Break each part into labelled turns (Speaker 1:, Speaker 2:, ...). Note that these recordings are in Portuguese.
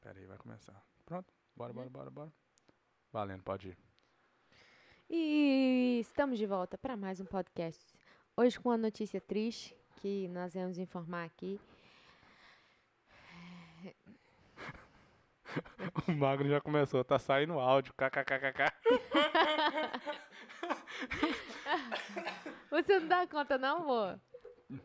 Speaker 1: Pera aí, vai começar. Pronto, bora,
Speaker 2: Uhum.
Speaker 1: bora, bora, bora. Valendo, pode ir.
Speaker 2: E estamos de volta para mais um podcast. Hoje com uma notícia triste que nós vamos informar aqui.
Speaker 1: O Magno já começou, tá saindo áudio, kkkk.
Speaker 2: Você não dá conta não, amor?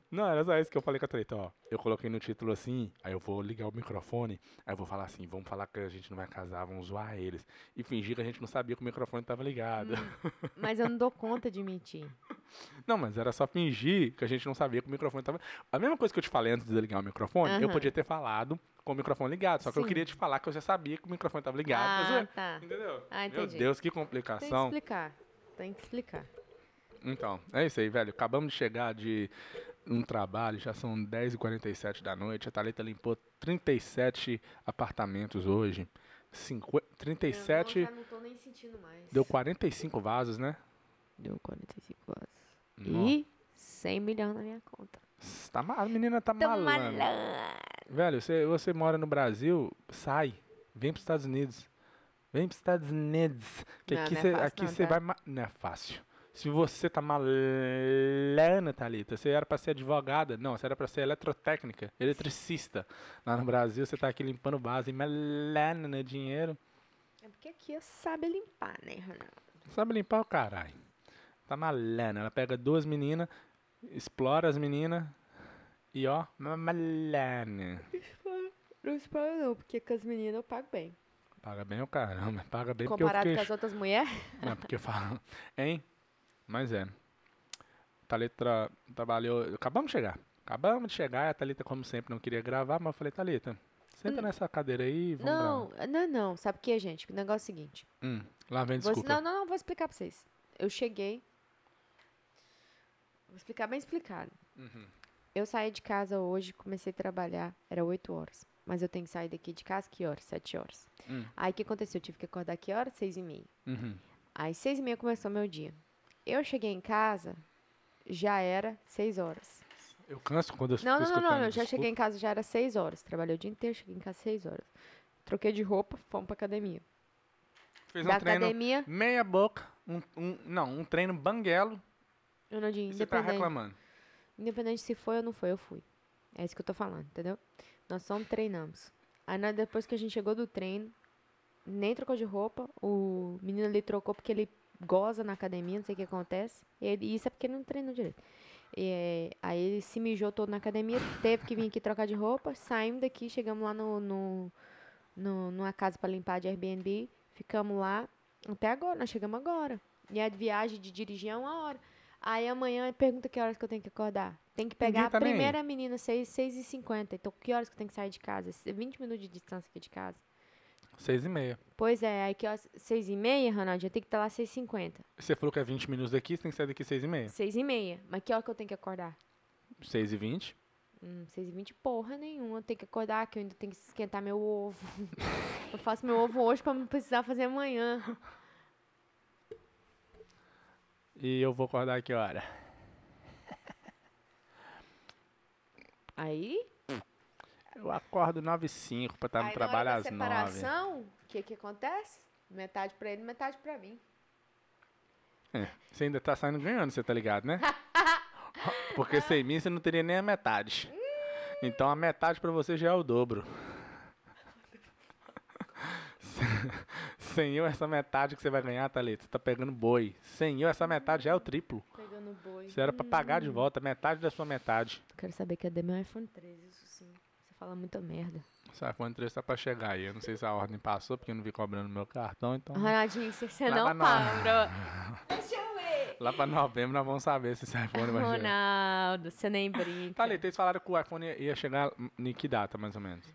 Speaker 1: Não, era só isso que eu falei com a treta, ó. Eu coloquei no título assim, aí eu vou ligar o microfone, aí eu vou falar assim, vamos falar que a gente não vai casar, vamos zoar eles. E fingir que a gente não sabia que o microfone tava ligado.
Speaker 2: Uhum. Mas eu não dou conta de mentir.
Speaker 1: Não, mas era só fingir que a gente não sabia que o microfone tava. A mesma coisa que eu te falei antes de ligar o microfone, eu
Speaker 2: Aham.
Speaker 1: podia ter falado com o microfone ligado. Só que eu
Speaker 2: Sim.
Speaker 1: queria te falar que eu já sabia que o microfone tava ligado. tá
Speaker 2: Ah,
Speaker 1: zoando.
Speaker 2: tá.
Speaker 1: Entendeu?
Speaker 2: Ah,
Speaker 1: Meu
Speaker 2: entendi.
Speaker 1: Deus, que
Speaker 2: Tem que
Speaker 1: complicação.
Speaker 2: explicar. Tem que explicar.
Speaker 1: Então, é isso aí, velho. Acabamos de chegar de um trabalho, já são 10h47 da noite. A Thalita limpou 37 apartamentos hoje. Cinqu... 37
Speaker 2: não tô nem sentindo mais.
Speaker 1: deu 45 vasos, né?
Speaker 2: Deu 45 horas.
Speaker 1: Nó.
Speaker 2: E 100 milhões na minha conta.
Speaker 1: Tá ma- A menina tá
Speaker 2: Tô
Speaker 1: malando.
Speaker 2: malandro.
Speaker 1: Velho, você, você mora no Brasil, sai. Vem pros Estados Unidos. Vem pros Estados Unidos. Que
Speaker 2: Não,
Speaker 1: aqui
Speaker 2: não é
Speaker 1: você
Speaker 2: fácil
Speaker 1: aqui
Speaker 2: não,
Speaker 1: você
Speaker 2: tá?
Speaker 1: vai. ma- Não é fácil. Se você tá malana, Thalita, você era pra ser advogada. Não, você era pra ser eletrotécnica, eletricista. Lá no Brasil, você tá aqui limpando base, malana né, dinheiro.
Speaker 2: É porque aqui eu sabe limpar, né, Ronaldo?
Speaker 1: Não sabe limpar o caralho. Tá malana. Ela pega duas meninas, explora as meninas e ó, ma- malana.
Speaker 2: Não spoiler não, porque com as meninas eu pago bem.
Speaker 1: Paga bem o caramba, paga bem
Speaker 2: Comparado
Speaker 1: porque eu fiquei
Speaker 2: com as outras mulheres,
Speaker 1: Não, É, porque eu falo. Hein? Mas é. Thalita tra- trabalhou. Acabamos de chegar. Acabamos de chegar. A Thalita, como sempre, não queria gravar, mas eu falei, Thalita, senta nessa cadeira aí e vamos
Speaker 2: Hum. Não,
Speaker 1: gravar.
Speaker 2: não, não. Sabe o que, gente? O negócio é o seguinte.
Speaker 1: Hum, lá vem
Speaker 2: Você-
Speaker 1: desculpa.
Speaker 2: não, não, não, vou explicar pra vocês. Eu cheguei. Vou explicar bem explicado.
Speaker 1: Uhum.
Speaker 2: Eu saí de casa hoje, comecei a trabalhar, era 8 horas. Mas eu tenho que sair daqui de casa que horas? 7 horas.
Speaker 1: Hum.
Speaker 2: Aí o que aconteceu? Eu tive que acordar que horas? 6 e meia.
Speaker 1: Uhum.
Speaker 2: Aí seis e meia começou meu dia. Eu cheguei em casa, já era 6 horas.
Speaker 1: Eu canso quando eu fico
Speaker 2: Não, não, não,
Speaker 1: escutando.
Speaker 2: não. Eu já
Speaker 1: desculpa.
Speaker 2: cheguei em casa, já era 6 horas. Trabalhei o dia inteiro, cheguei em casa 6 horas. Troquei de roupa, fomos pra academia.
Speaker 1: Fiz
Speaker 2: da
Speaker 1: um treino
Speaker 2: academia,
Speaker 1: meia boca. Um, um- não, um treino banguelo.
Speaker 2: eu não digo,
Speaker 1: E você tá
Speaker 2: independente,
Speaker 1: reclamando.
Speaker 2: independente se foi ou não foi, eu fui. É isso que eu tô falando, entendeu? Nós só treinamos. Aí nós- depois que a gente chegou do treino, nem trocou de roupa, o menino ali trocou porque ele goza na academia, não sei o que acontece. Ele, isso é porque ele não treinou direito. E, é, aí ele se mijou todo na academia, teve que vir aqui trocar de roupa, saímos daqui, chegamos lá no, no, no- numa casa pra limpar de Airbnb, ficamos lá até agora, nós chegamos agora. E a viagem de dirigir é uma hora. Aí amanhã ele pergunta que horas que eu tenho que acordar. Tem que pegar
Speaker 1: Ninguém tá
Speaker 2: a
Speaker 1: nem aí.
Speaker 2: primeira menina, 6, 6 e 50 Então, que horas que eu tenho que sair de casa? 20 minutos de distância aqui de casa.
Speaker 1: Seis e meia.
Speaker 2: Pois é, aí que horas? Seis e meia, Ronaldinho, eu tenho que estar lá seis e cinquenta.
Speaker 1: Você falou que é 20 minutos daqui, você tem que sair daqui seis e meia.
Speaker 2: Seis e meia. Mas que hora que eu tenho que acordar?
Speaker 1: Seis e vinte.
Speaker 2: Hum, seis e vinte, porra nenhuma. Eu tenho que acordar, que eu ainda tenho que esquentar meu ovo. eu faço meu ovo hoje pra não precisar fazer amanhã.
Speaker 1: E eu vou acordar que hora?
Speaker 2: Aí?
Speaker 1: Eu acordo 9 e 5 pra estar no
Speaker 2: aí
Speaker 1: trabalho
Speaker 2: na hora
Speaker 1: às
Speaker 2: da
Speaker 1: 9.
Speaker 2: separação, o que que acontece? Metade pra ele, metade pra mim.
Speaker 1: É, você ainda tá saindo ganhando, você tá ligado, né? Porque sem mim você não teria nem a metade. Então a metade pra você já é o dobro. Sem eu, essa metade que você vai ganhar, Thalita, você tá pegando boi. Sem eu, essa metade já é o triplo.
Speaker 2: Pegando boi.
Speaker 1: Você era pra pagar de volta metade da sua metade.
Speaker 2: Quero saber cadê meu iPhone 13, isso sim. Você fala muita merda.
Speaker 1: Esse iPhone 3 tá pra chegar aí. Eu não sei se a ordem passou, porque eu não vi cobrando meu cartão, então.
Speaker 2: Ronaldinho, você, você
Speaker 1: Lá
Speaker 2: não
Speaker 1: vai na-
Speaker 2: para. Deixa eu ver.
Speaker 1: Lá pra novembro nós vamos saber se esse iPhone vai chegar.
Speaker 2: Ronaldo, você nem brinca.
Speaker 1: Tá, eles falaram que o iPhone ia- ia chegar em que data, mais ou menos?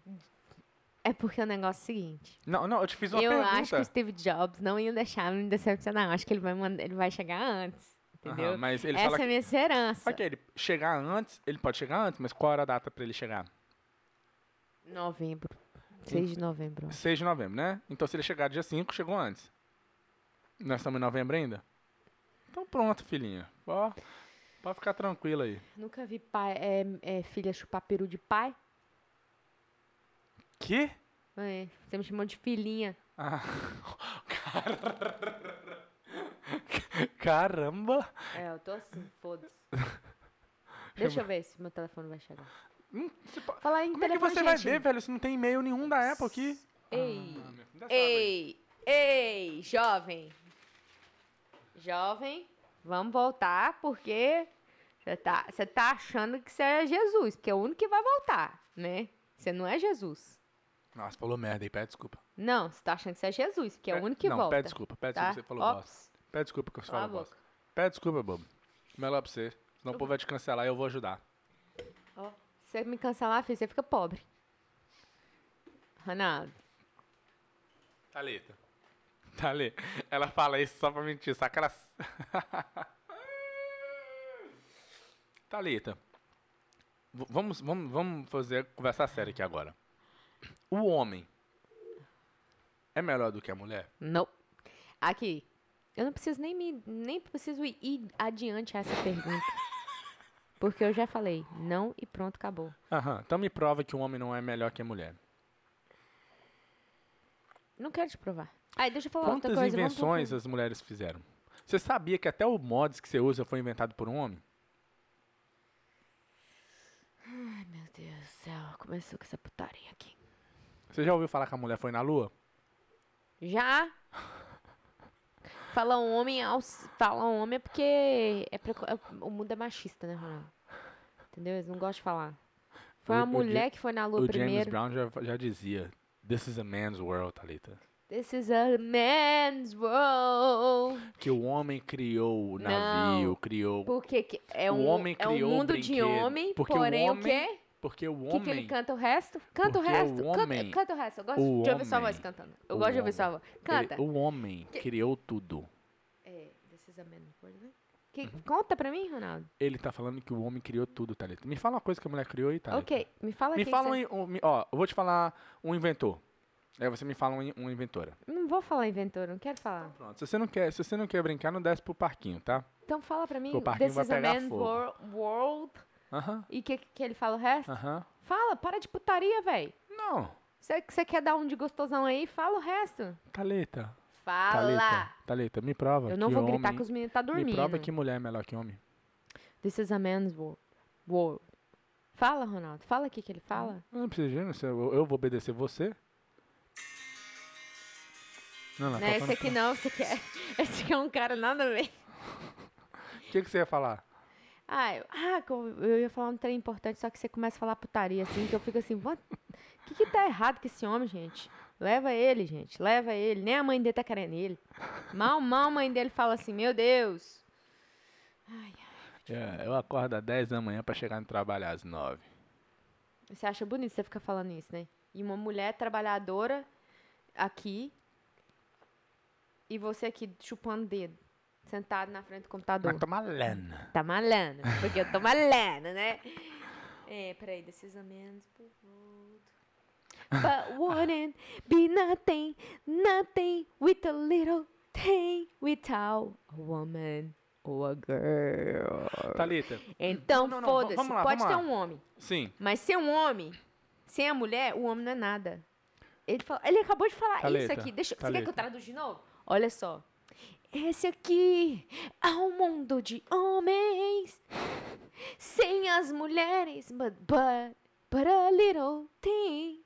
Speaker 2: É porque o negócio é o seguinte.
Speaker 1: Não, não, eu te fiz uma
Speaker 2: eu
Speaker 1: pergunta.
Speaker 2: acho que o Steve Jobs não ia deixar me decepcionar. Eu acho que ele vai, mandar, ele vai chegar antes. Entendeu?
Speaker 1: Aham, mas ele
Speaker 2: Essa
Speaker 1: fala
Speaker 2: é a
Speaker 1: que...
Speaker 2: minha esperança.
Speaker 1: Ok, ele chegar antes, ele pode chegar antes, mas qual era a data pra ele chegar?
Speaker 2: Novembro. 6 de novembro.
Speaker 1: 6 de novembro, né? Então se ele chegar dia 5, chegou antes. Nós estamos em novembro ainda? Então pronto, filhinha. Ó, pode ficar tranquila aí.
Speaker 2: Nunca vi pai, é, é, filha chupar peru de pai.
Speaker 1: Que?
Speaker 2: É, você me chamou de filhinha.
Speaker 1: Ah, Caramba!
Speaker 2: É, eu tô assim, foda-se. Deixa eu ver se meu telefone vai chegar.
Speaker 1: Hum, você pa-
Speaker 2: Falar em
Speaker 1: Como é que
Speaker 2: telefone,
Speaker 1: você vai
Speaker 2: gente.
Speaker 1: ver, velho? Você não tem e-mail nenhum da Apple aqui.
Speaker 2: Ei,
Speaker 1: Ah, minha filha sabe.
Speaker 2: ei, ei, jovem. Jovem, vamos voltar porque você tá, você tá achando que você é Jesus, porque é o único que vai voltar, né? Você não é Jesus.
Speaker 1: Nossa, falou merda aí, pede desculpa.
Speaker 2: Não, você tá achando que você é Jesus, porque é o
Speaker 1: Pe-
Speaker 2: único que
Speaker 1: não,
Speaker 2: volta.
Speaker 1: pede desculpa, pede
Speaker 2: tá?
Speaker 1: desculpa, você falou
Speaker 2: Ops,
Speaker 1: bosta. Pede desculpa que você
Speaker 2: Cala
Speaker 1: falou
Speaker 2: a
Speaker 1: bosta. Pede desculpa, bobo. Melhor pra você. Senão o povo vai te cancelar e eu vou ajudar.
Speaker 2: Ó, se você me cancelar, filho, você fica pobre. Ronaldo.
Speaker 1: Thalita. Thalita. Ela fala isso só pra mentir, só que ela... Thalita. v- Vamos, vamos, vamos fazer, conversar sério aqui agora. O homem é melhor do que a mulher?
Speaker 2: Não. Aqui. Eu não preciso nem me. Nem preciso ir- ir adiante a essa pergunta. Porque eu já falei, não e pronto, acabou.
Speaker 1: Aham, então me prova que o homem não é melhor que a mulher.
Speaker 2: Não quero te provar. Aí, deixa eu falar
Speaker 1: Quantas
Speaker 2: outra coisa. vamos pro
Speaker 1: invenções
Speaker 2: filme.
Speaker 1: as mulheres fizeram? Você sabia que até o mods que você usa foi inventado por um homem?
Speaker 2: Ai, meu Deus do céu. Começou com essa putaria aqui.
Speaker 1: Você já ouviu falar que a mulher foi na lua?
Speaker 2: Já? Fala um homem, aos- fala homem é porque é preco- é- o mundo é machista, né, Ronaldo? Entendeu? Eles não gostam de falar. Foi
Speaker 1: O-
Speaker 2: uma
Speaker 1: o Ja-
Speaker 2: mulher que foi na lua
Speaker 1: o James
Speaker 2: primeiro.
Speaker 1: Brown já, já dizia: This is a man's world, Thalita.
Speaker 2: This is a man's world.
Speaker 1: Que o homem criou o
Speaker 2: Não.
Speaker 1: navio, criou.
Speaker 2: Porque que- é
Speaker 1: O
Speaker 2: um,
Speaker 1: homem
Speaker 2: é um
Speaker 1: criou o
Speaker 2: mundo de
Speaker 1: brinquedo,
Speaker 2: homem,
Speaker 1: porque o
Speaker 2: porém o,
Speaker 1: homem-
Speaker 2: quê?
Speaker 1: Porque o
Speaker 2: O que, que ele
Speaker 1: homem.
Speaker 2: canta o resto? Canta o
Speaker 1: Porque o
Speaker 2: resto.
Speaker 1: homem-
Speaker 2: canta, canta o resto. Eu gosto
Speaker 1: o
Speaker 2: de ouvir sua
Speaker 1: homem-
Speaker 2: voz cantando. Eu
Speaker 1: o
Speaker 2: gosto de ouvir
Speaker 1: homem,
Speaker 2: sua voz.
Speaker 1: ele-
Speaker 2: Canta.
Speaker 1: o homem criou tudo.
Speaker 2: É, this is a man's world, né? Que-
Speaker 1: Uhum.
Speaker 2: conta pra mim, Ronaldo.
Speaker 1: Ele tá falando que o homem criou tudo, Thalita. Me fala uma coisa que a mulher criou Tá aí, Thalita.
Speaker 2: Ok, me fala
Speaker 1: Me
Speaker 2: quem
Speaker 1: fala
Speaker 2: você- é.
Speaker 1: um, in- um- me- Ó, eu vou te falar um inventor. Aí você me fala um, in- uma inventora.
Speaker 2: Não vou falar inventor, não quero falar.
Speaker 1: Pronto, se você não quer, se você não quer brincar, não desce pro parquinho, tá?
Speaker 2: Então fala pra mim,
Speaker 1: O parquinho
Speaker 2: This
Speaker 1: vai
Speaker 2: is a
Speaker 1: pegar
Speaker 2: man's
Speaker 1: fogo.
Speaker 2: wor- world.
Speaker 1: Aham,
Speaker 2: E o que, que ele fala o resto?
Speaker 1: aham.
Speaker 2: Fala, para de putaria, véi.
Speaker 1: Não,
Speaker 2: Você você quer dar um de gostosão aí? Fala o resto.
Speaker 1: Thalita.
Speaker 2: Fala.
Speaker 1: Thalita, Thalita, me prova
Speaker 2: Eu não
Speaker 1: que
Speaker 2: vou
Speaker 1: homem...
Speaker 2: gritar que os meninos tá dormindo.
Speaker 1: Me prova que mulher é melhor que homem.
Speaker 2: This is a man's wo- world. Fala, Ronaldo. Fala o que, que ele fala.
Speaker 1: Eu Não precisa de não sei, eu eu vou obedecer você. Não, não,
Speaker 2: não é
Speaker 1: tá
Speaker 2: esse
Speaker 1: falando-
Speaker 2: aqui não, esse aqui é, esse aqui é um cara nada a ver.
Speaker 1: O que, que você ia falar?
Speaker 2: Ah, eu, ah, que eu, eu ia falar um trem importante, só que você começa a falar putaria, assim, que eu fico assim, o que que tá errado com esse homem, gente? Leva ele, gente, leva ele. Nem a mãe dele tá querendo ele. Mal, mal a mãe dele fala assim, meu Deus. Ai,
Speaker 1: É, eu acordo às 10 da manhã pra chegar no trabalho às 9.
Speaker 2: Você acha bonito você ficar falando isso, né? E uma mulher trabalhadora aqui e você aqui chupando dedo, sentado na frente do computador.
Speaker 1: Mas toma lena.
Speaker 2: Tá malando, porque eu tô malando, né? É, peraí, this is a man's world. But wouldn't be nothing, nothing with a little thing without a woman or a girl.
Speaker 1: Thalita,
Speaker 2: Então,
Speaker 1: Não, não, não, va-
Speaker 2: foda-se,
Speaker 1: vamos lá,
Speaker 2: pode
Speaker 1: vamos
Speaker 2: ter
Speaker 1: lá.
Speaker 2: um homem.
Speaker 1: sim.
Speaker 2: Mas sem um homem, sem a mulher, o homem não é nada. Ele, falou- ele acabou de falar isso
Speaker 1: Thalita,
Speaker 2: aqui. Deixa, você quer que
Speaker 1: Thalita.
Speaker 2: eu traduza de novo? Olha só. Esse aqui é um mundo de homens sem as mulheres, but, but, but a little thing.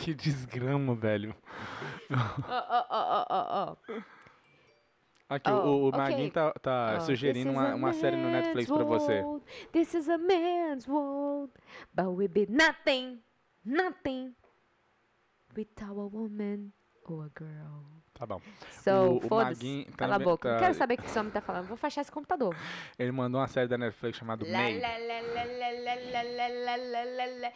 Speaker 1: Que desgrama, velho.
Speaker 2: Ó, ó, ó, ó, ó, ó.
Speaker 1: Aqui, o-
Speaker 2: Oh,
Speaker 1: o, o
Speaker 2: ok.
Speaker 1: Maguinho tá, tá
Speaker 2: Ó,
Speaker 1: sugerindo
Speaker 2: Oh, "This is
Speaker 1: uma,
Speaker 2: a
Speaker 1: uma série no
Speaker 2: man's
Speaker 1: Netflix pra você.
Speaker 2: world, This is a man's world, but we be nothing, nothing without a woman or a girl.
Speaker 1: Tá bom. O-
Speaker 2: So,
Speaker 1: o
Speaker 2: foda-se.
Speaker 1: Maguinho tá
Speaker 2: Cala a
Speaker 1: inve-
Speaker 2: boca. Não
Speaker 1: tá-
Speaker 2: quero saber o que esse homem tá falando. Vou fechar esse computador.
Speaker 1: Ele mandou uma série da Netflix chamada Made.
Speaker 2: Lá, lá, lá, lá, lá, lá, lá, lá, lá, lá, lá.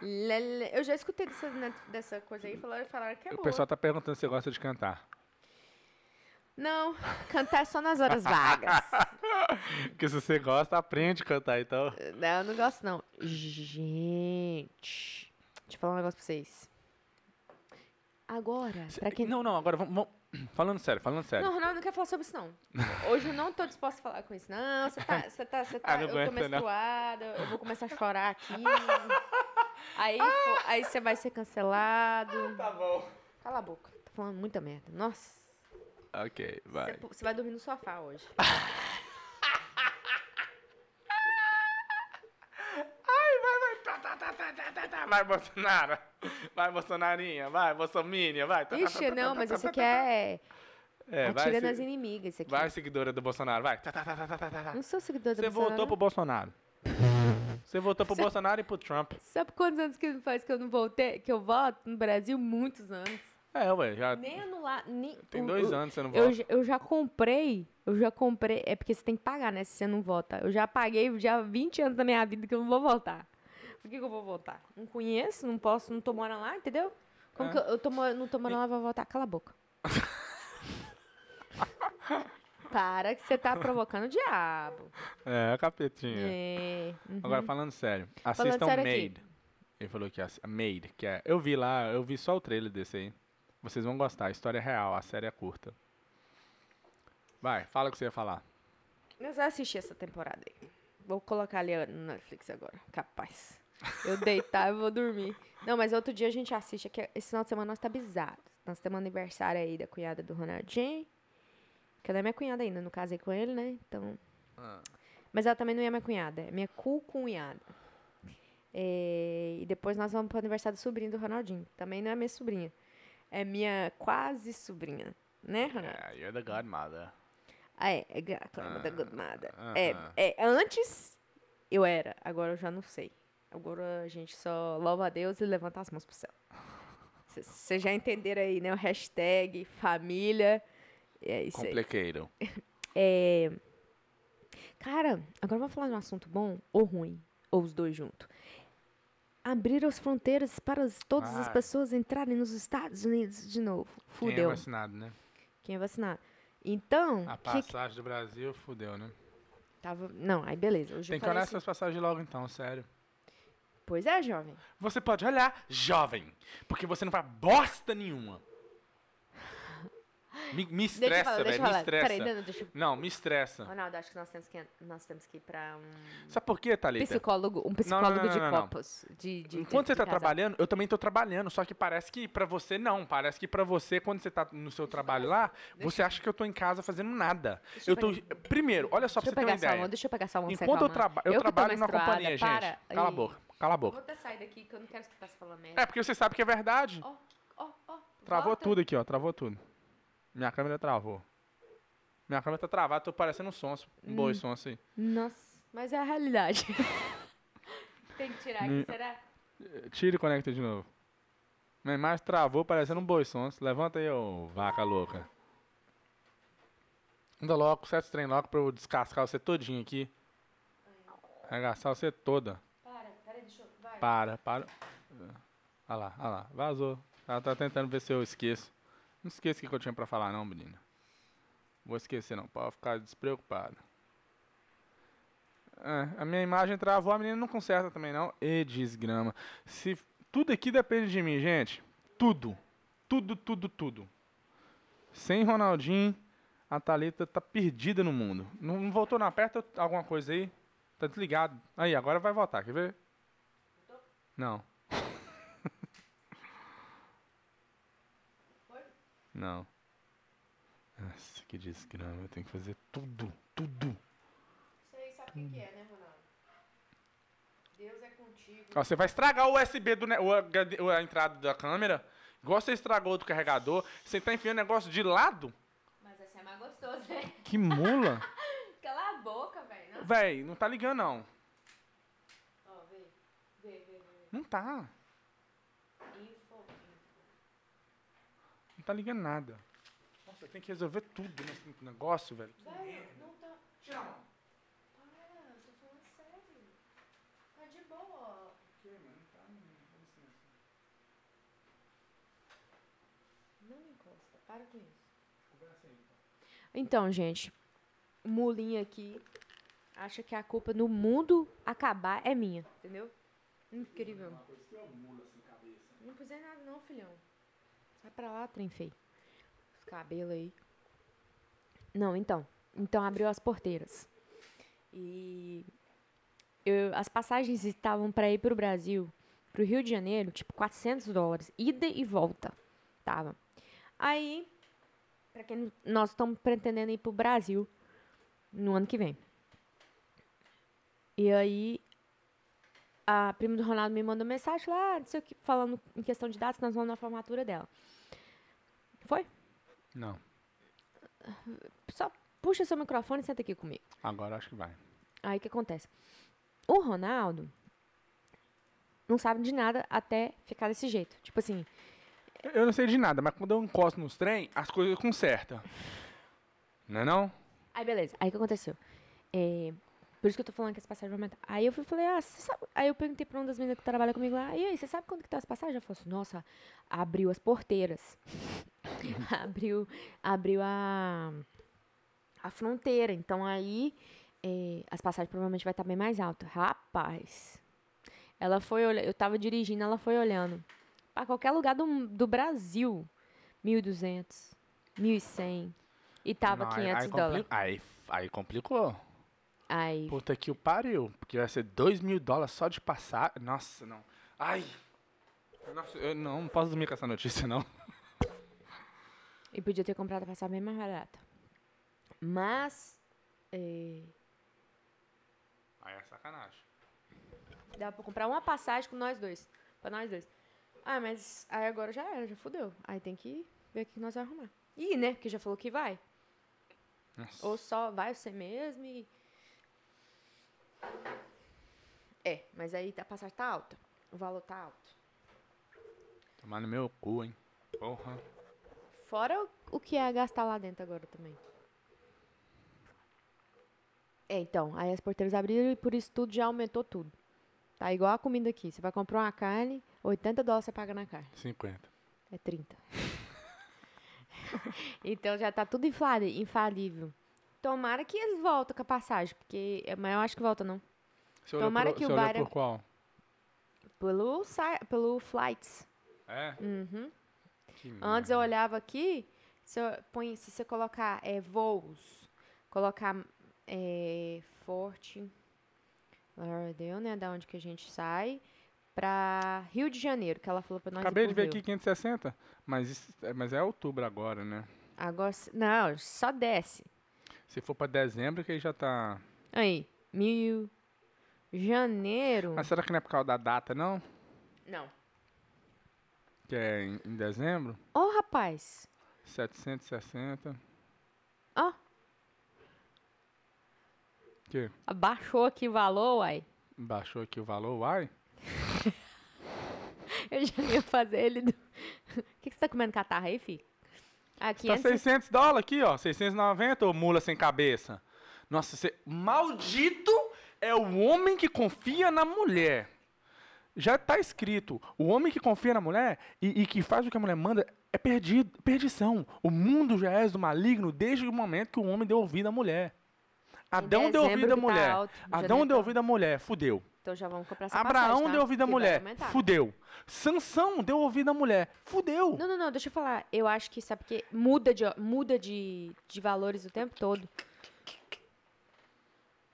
Speaker 2: Lá, lá. Eu já escutei dessa, net- dessa coisa aí. Falaram, falaram que é
Speaker 1: O
Speaker 2: boa.
Speaker 1: pessoal tá perguntando se você gosta de cantar.
Speaker 2: Não, cantar é só nas horas vagas.
Speaker 1: Porque se você gosta, aprende a cantar, então.
Speaker 2: Não, Né, eu não gosto, não. Gente. Deixa eu falar um negócio pra vocês. Agora, pra quem. Não,
Speaker 1: Não, não, agora vamos. vamos- Falando sério, falando sério.
Speaker 2: Ronaldo, eu não quero falar sobre isso, não. Hoje eu não tô disposta a falar com isso, não. Você tá. Você tá. Você tá
Speaker 1: Ah, não
Speaker 2: eu tô
Speaker 1: aguenta, não.
Speaker 2: menstruada, eu vou começar a chorar aqui. Aí, fo- aí você vai ser cancelado.
Speaker 1: Tá bom.
Speaker 2: Cala a boca. Tá falando muita merda. Nossa.
Speaker 1: Ok,
Speaker 2: Você
Speaker 1: vai.
Speaker 2: pu- você vai dormir no sofá hoje.
Speaker 1: Tá, tá, tá, tá, tá, tá, tá. Vai, Bolsonaro. Vai, Bolsonarinha. Vai, Bolsominion. Vai. Tá, tá, tá,
Speaker 2: Ixi,
Speaker 1: tá,
Speaker 2: não,
Speaker 1: tá,
Speaker 2: mas
Speaker 1: tá,
Speaker 2: esse
Speaker 1: tá,
Speaker 2: aqui
Speaker 1: tá.
Speaker 2: é.
Speaker 1: É, vai,
Speaker 2: Atira
Speaker 1: se-
Speaker 2: nas inimigas, esse aqui. é-
Speaker 1: vai, seguidora do Bolsonaro. Vai. Tá, tá, tá, tá, tá, tá, tá.
Speaker 2: Não sou seguidor do
Speaker 1: Você votou pro
Speaker 2: Bolsonaro.
Speaker 1: Bolsonaro. Você votou pro Bolsonaro e pro Trump.
Speaker 2: Sabe quantos anos que faz que eu não voltei, que eu voto no Brasil? Muitos anos.
Speaker 1: É, ué. Já
Speaker 2: Nem anular, nem...
Speaker 1: tem
Speaker 2: o-
Speaker 1: dois
Speaker 2: o-
Speaker 1: anos que você não
Speaker 2: Eu,
Speaker 1: vota.
Speaker 2: j- eu já comprei, eu já comprei, é porque você tem que pagar, né, se você não vota. Eu já paguei já 20 anos da minha vida que eu não vou votar. Por que, que eu vou votar? Não conheço, não posso, não tô morando lá, entendeu? Como
Speaker 1: É.
Speaker 2: que eu, eu tô, mora- não tô morando lá, vou votar? Cala a boca. Para que você tá provocando o diabo.
Speaker 1: É, capetinha.
Speaker 2: É. uhum.
Speaker 1: Agora, falando sério,
Speaker 2: Falando
Speaker 1: assistam
Speaker 2: sério aqui.
Speaker 1: Made. Ele falou que assi- Made, que é. Eu vi lá, eu vi só o trailer desse aí. Vocês vão gostar, a história é real, a série é curta. Vai, fala o que você ia falar.
Speaker 2: Mas eu assisti essa temporada aí. Vou colocar ali no Netflix agora. Capaz. Eu deitar, eu vou dormir. Não, mas outro dia a gente assiste. Aqui, esse final de semana nós tá bizarro. Nós temos aniversário aí da cunhada do Ronaldinho. Que ela é minha cunhada ainda, não casei com ele, né? Então. Mas ela também não é minha cunhada, é minha cu-cunhada. É, e depois nós vamos pro aniversário do sobrinho do Ronaldinho. Também não é minha sobrinha. É minha quase sobrinha. Né, Ronaldinho?
Speaker 1: Yeah, É, you're the godmother.
Speaker 2: Ah, é, é gra- Clama da Godmada. É,
Speaker 1: aham.
Speaker 2: é, antes eu era, agora eu já não sei. Agora a gente só louva a Deus e levanta as mãos pro céu. Vocês já entenderam aí, né? O hashtag família. É isso aí.
Speaker 1: Complicated.
Speaker 2: Cara, agora vamos falar de um assunto bom ou ruim, ou os dois juntos. Abrir as fronteiras para as- todas as
Speaker 1: Ah.
Speaker 2: pessoas entrarem nos Estados Unidos de novo.
Speaker 1: Quem é
Speaker 2: Fudeu.
Speaker 1: vacinado, né?
Speaker 2: Quem é vacinar? Então,
Speaker 1: A
Speaker 2: que, que
Speaker 1: passagem do Brasil, fudeu, né?
Speaker 2: tava. Não, aí beleza. Hoje eu
Speaker 1: Tem que
Speaker 2: falei
Speaker 1: olhar
Speaker 2: assim,
Speaker 1: essas passagens logo então, sério.
Speaker 2: Pois é, jovem.
Speaker 1: Você pode olhar, jovem, porque você não faz bosta nenhuma. Me, me
Speaker 2: Deixa eu
Speaker 1: estressa,
Speaker 2: falar, deixa
Speaker 1: velho,
Speaker 2: eu
Speaker 1: me
Speaker 2: falar.
Speaker 1: estressa. Ah.
Speaker 2: Peraí, Nana, deixa eu...
Speaker 1: Não, me estressa.
Speaker 2: Ronaldo, acho que nós temos que, nós temos que ir pra um
Speaker 1: Sabe por quê, Thalita?
Speaker 2: psicólogo, um
Speaker 1: não,
Speaker 2: psicólogo
Speaker 1: não,
Speaker 2: de
Speaker 1: não, não.
Speaker 2: copos. De, de,
Speaker 1: Enquanto
Speaker 2: de-
Speaker 1: você
Speaker 2: de
Speaker 1: tá
Speaker 2: casal.
Speaker 1: trabalhando, eu também tô trabalhando, só que parece que pra você não, parece que pra você quando você tá no seu trabalho lá, você acha que eu tô em casa fazendo nada.
Speaker 2: Deixa eu
Speaker 1: Eu tô primeiro, olha só
Speaker 2: Deixa
Speaker 1: pra você ter uma
Speaker 2: eu pegar sua
Speaker 1: ideia.
Speaker 2: mão, deixa eu pegar sua mão. que você
Speaker 1: Enquanto eu,
Speaker 2: acalma.
Speaker 1: traba eu
Speaker 2: que tô
Speaker 1: trabalho na
Speaker 2: menstruada,
Speaker 1: companhia, gente.
Speaker 2: para.
Speaker 1: Cala a
Speaker 2: Ih,
Speaker 1: boca, cala a
Speaker 2: Eu
Speaker 1: boca.
Speaker 2: vou até sair daqui que eu não quero escutar você falando merda.
Speaker 1: É porque você sabe que é verdade.
Speaker 2: Ó, ó, ó.
Speaker 1: Travou
Speaker 2: volta.
Speaker 1: tudo aqui, ó. Travou tudo. Minha câmera travou. Minha câmera tá travada, tô parecendo um sonso. Um
Speaker 2: Hum.
Speaker 1: boi sonso aí.
Speaker 2: Nossa, mas é a realidade. Tem que tirar
Speaker 1: Hum.
Speaker 2: aqui, será?
Speaker 1: Eh, Tira e conecta de novo. Minha imagem travou, parecendo um boi sonso. Levanta aí, ô vaca louca. Anda logo, sete trem logo pra eu descascar você todinho aqui. Arregaçar você toda.
Speaker 2: Para, peraí, deixa eu... Vai.
Speaker 1: Para, para. Olha lá, olha lá. Vazou. Ela tá tentando ver se eu esqueço. Não esqueça o que eu tinha pra falar, não, menina. Vou esquecer, não. Pode ficar despreocupado. É, a minha imagem travou, a menina não conserta também, não. E desgrama. Se, tudo aqui depende de mim, gente. Tudo. Tudo, tudo, tudo. Sem Ronaldinho, a Thalita tá perdida no mundo. Não, não voltou na perta alguma coisa aí? Tá desligado. Aí, agora vai voltar, quer ver? Não. Não. Nossa, que desgrama. Eu tenho que fazer tudo, tudo.
Speaker 2: Isso aí sabe o que que é, né, Ronaldo? Deus é contigo.
Speaker 1: Ó, você vai estragar o USB do ne- o HD o- a entrada da câmera. Igual você estragou do carregador. Você tá enfiando o negócio de lado?
Speaker 2: Mas essa é mais gostosa, né?
Speaker 1: Que mula.
Speaker 2: Cala a boca, velho. Não.
Speaker 1: Véi, não tá ligando, não.
Speaker 2: Ó, vê. Vê, vê, vê.
Speaker 1: Não tá.
Speaker 2: Info.
Speaker 1: Não tá ligando nada. Nossa, eu tenho que resolver tudo nesse negócio, velho.
Speaker 2: Velho, não tá.
Speaker 1: Tira a mão.
Speaker 2: Para, eu tô falando sério. Tá de boa. Não me encosta. Para com isso. Então, gente, mulinha aqui acha que a culpa do mundo acabar é minha, entendeu? Incrível. Não pusei nada não, filhão. Sai pra lá, trem feio. Os cabelos aí. Não, então. Então abriu as porteiras. E eu- as passagens estavam pra ir pro Brasil pro Rio de Janeiro, tipo 400 dólares, ida e volta. Tava. Aí, pra quem nós estamos pretendendo ir pro Brasil no ano que vem. E aí, a prima do Ronaldo me mandou mensagem lá, não sei o que, falando em questão de datas, nós vamos na formatura dela. Foi?
Speaker 1: Não,
Speaker 2: Só puxa seu microfone e senta aqui comigo.
Speaker 1: agora acho que vai.
Speaker 2: Aí o que acontece? O Ronaldo não sabe de nada até ficar desse jeito. Tipo assim,
Speaker 1: Eu não sei de nada, mas quando eu encosto nos trem, as coisas consertam. Não é não?
Speaker 2: aí beleza, aí o que aconteceu? É, por isso que eu tô falando que as passagens vão aumentar. Aí eu fui e falei, ah, você sabe. Aí eu perguntei pra uma das meninas que trabalha comigo lá, e aí, você sabe quando que tá as passagens? Ela falou assim, nossa, abriu as porteiras. abriu, abriu a, a fronteira. Então aí é, as passagens provavelmente vai estar bem mais alta. Rapaz, ela foi olhando, eu tava dirigindo, ela foi olhando. Pra qualquer lugar do, do Brasil, 1.200, 1.100. E tava
Speaker 1: Não, aí-
Speaker 2: 500
Speaker 1: aí, é compli-
Speaker 2: dólares.
Speaker 1: Aí, aí complicou.
Speaker 2: Aí,
Speaker 1: Puta que o pariu. Porque vai ser 2 mil dólares só de passar. Nossa, não. Ai. Nossa, eu não posso dormir com essa notícia, não.
Speaker 2: E podia ter comprado a passagem bem mais barata. Mas. eh,
Speaker 1: Aí é sacanagem.
Speaker 2: dá pra comprar uma passagem com nós dois. Pra nós dois. Ah, mas aí agora já era, já fudeu. Aí tem que ver o que nós vamos arrumar. E, né? Porque já falou que vai.
Speaker 1: Nossa.
Speaker 2: Ou só vai você mesmo e. É, mas aí a passagem tá alta. O valor tá alto.
Speaker 1: Tomar no meu cu, hein. Porra.
Speaker 2: Fora o- o que é gastar lá dentro agora também. É, então, aí as porteiras abriram e por isso tudo já aumentou tudo. Tá igual a comida aqui. Você vai comprar uma carne, 80 dólares você paga na carne.
Speaker 1: 50.
Speaker 2: É 30. então já tá tudo inflado, infalível. Tomara que eles voltem com a passagem, porque. Mas eu acho que volta, não.
Speaker 1: Você olhou
Speaker 2: Tomara
Speaker 1: pro-
Speaker 2: que o
Speaker 1: você olhou
Speaker 2: Bara-
Speaker 1: por qual?
Speaker 2: Pelo, sai- pelo Flights.
Speaker 1: É?
Speaker 2: Uhum.
Speaker 1: Que
Speaker 2: Antes
Speaker 1: merda.
Speaker 2: eu olhava aqui, se, eu põe- se você colocar é, voos, colocar é, Forte, Lauderdale, né, da onde que a gente sai, pra Rio de Janeiro, que ela falou pra nós ir
Speaker 1: Acabei de ver
Speaker 2: pro Rio.
Speaker 1: aqui 560, mas, isso- é- mas é outubro agora, né?
Speaker 2: Agora, se- não, só desce.
Speaker 1: Se for pra dezembro, que aí já tá.
Speaker 2: Aí, mil, janeiro,
Speaker 1: Mas será que não é por causa da data, não?
Speaker 2: não.
Speaker 1: Que é em, em dezembro?
Speaker 2: Ô, rapaz,
Speaker 1: 760.
Speaker 2: ó,
Speaker 1: Que
Speaker 2: abaixou aqui o valor, uai.
Speaker 1: baixou aqui o valor, uai. Tá
Speaker 2: Eu já ia fazer ele do... O que, que você tá comendo catarro aí, fi? Aqui
Speaker 1: Tá 600 dólares aqui, ó. 690, ô mula sem cabeça. Nossa, você. Maldito é o homem que confia na mulher. Já tá escrito. O homem que confia na mulher e, e que faz o que a mulher manda é perdido, perdição. O mundo já é do maligno desde o momento que o homem deu ouvido à mulher. Adão deu
Speaker 2: dezembro
Speaker 1: ouvido à
Speaker 2: que tá
Speaker 1: mulher.
Speaker 2: alto,
Speaker 1: Adão
Speaker 2: janeiro
Speaker 1: deu
Speaker 2: tá-
Speaker 1: ouvido à mulher, fudeu.
Speaker 2: Então já vamos comprar essa
Speaker 1: Abraão
Speaker 2: passagem, tá?
Speaker 1: deu ouvido à
Speaker 2: Que vai
Speaker 1: mulher,
Speaker 2: aumentar.
Speaker 1: fudeu. Sansão deu ouvido à mulher, fudeu.
Speaker 2: Não, não, não, deixa eu falar. Eu acho que, sabe porque muda de, muda de, de valores o tempo todo.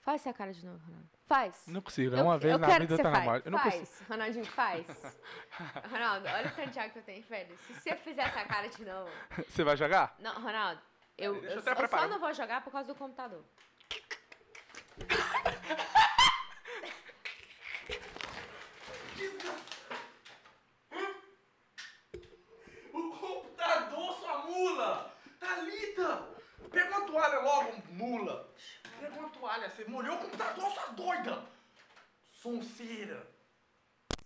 Speaker 2: Faz essa cara de novo, Ronaldo. Faz.
Speaker 1: Não consigo, é
Speaker 2: Eu-
Speaker 1: uma vez
Speaker 2: eu
Speaker 1: na
Speaker 2: quero
Speaker 1: vida
Speaker 2: que
Speaker 1: tá
Speaker 2: você
Speaker 1: na
Speaker 2: faz.
Speaker 1: morte. Eu não
Speaker 2: faz.
Speaker 1: consigo.
Speaker 2: Ronaldinho, faz. Ronaldo, olha o tanto de água que eu tenho, velho. Se você fizer essa cara de novo...
Speaker 1: Você vai jogar?
Speaker 2: Não, Ronaldo, eu,
Speaker 1: Deixa eu
Speaker 2: eu,
Speaker 1: até
Speaker 2: eu só
Speaker 1: preparar.
Speaker 2: não vou jogar por causa do computador.
Speaker 1: O computador, sua mula! Thalita! Pega uma toalha logo, mula! Pega uma toalha, você molhou o computador, sua doida! Sonceira!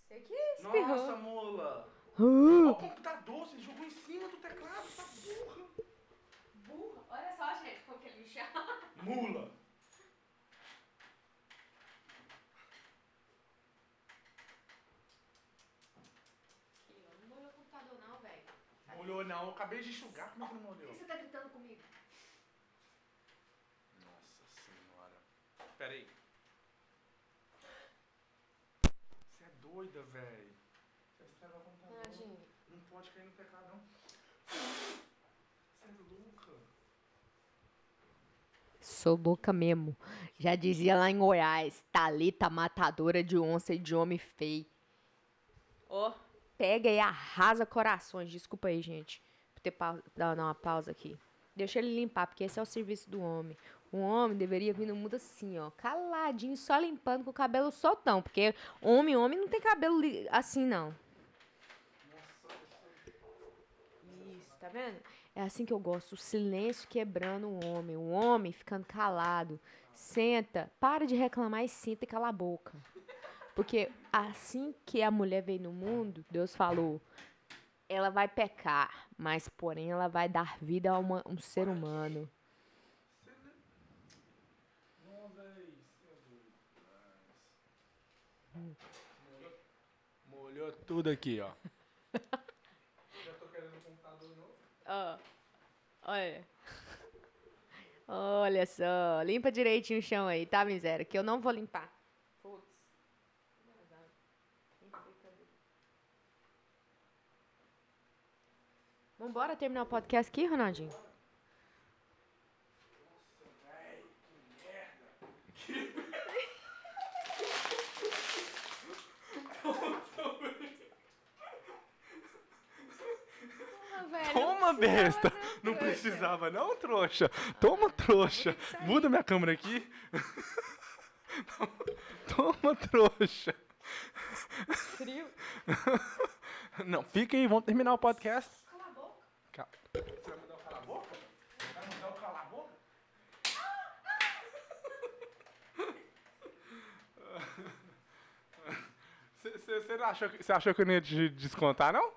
Speaker 2: Você que espirrou.
Speaker 1: mula!
Speaker 2: Uh,
Speaker 1: o computador, você jogou em cima do teclado, tá burra!
Speaker 2: burra. Olha só, gente, como que ele me chama.
Speaker 1: Mula!
Speaker 2: Eu não molhou o computador não, velho.
Speaker 1: Molhou não, eu acabei de enxugar, como é que não molhou?
Speaker 2: você tá gritando comigo?
Speaker 1: Nossa senhora. Peraí. Você é doida, velho. Você é estragou o computador.
Speaker 2: Ronaldinho,
Speaker 1: tá Não pode cair no teclado, não. Você é louca.
Speaker 2: Sou louca mesmo. Já dizia lá em Goiás, Thalita matadora de onça e de homem feio.
Speaker 3: Ó,
Speaker 2: Pega e arrasa corações. Desculpa aí, gente, por ter pau- dar dar uma pausa aqui. Deixa ele limpar, porque esse é o serviço do homem. O homem deveria vir no mundo assim, ó, caladinho, só limpando com o cabelo soltão. Porque homem, homem não tem cabelo li- assim, não. Isso, tá vendo? É assim que eu gosto, o silêncio quebrando o homem, o homem ficando calado. Senta, para de reclamar e senta e cala a boca. Porque assim que a mulher veio no mundo, Deus falou: ela vai pecar, mas porém ela vai dar vida a uma- um ser humano.
Speaker 1: é Molhou tudo aqui, ó.
Speaker 2: Ó, olha. Olha só, limpa direitinho o chão aí, tá, miséria? Que eu não vou limpar. Putz. Vambora terminar o podcast aqui, Ronaldinho? Ah, velho, eu
Speaker 1: Toma, besta!
Speaker 2: precisava,
Speaker 1: Não
Speaker 2: trouxa.
Speaker 1: precisava, não, trouxa. Toma, trouxa. Muda minha câmera aqui. Toma, trouxa.
Speaker 2: Frio.
Speaker 1: Não, fica aí, vamos terminar o podcast. Cala a boca. Você não achou, que- cê achou que eu não ia te descontar, não?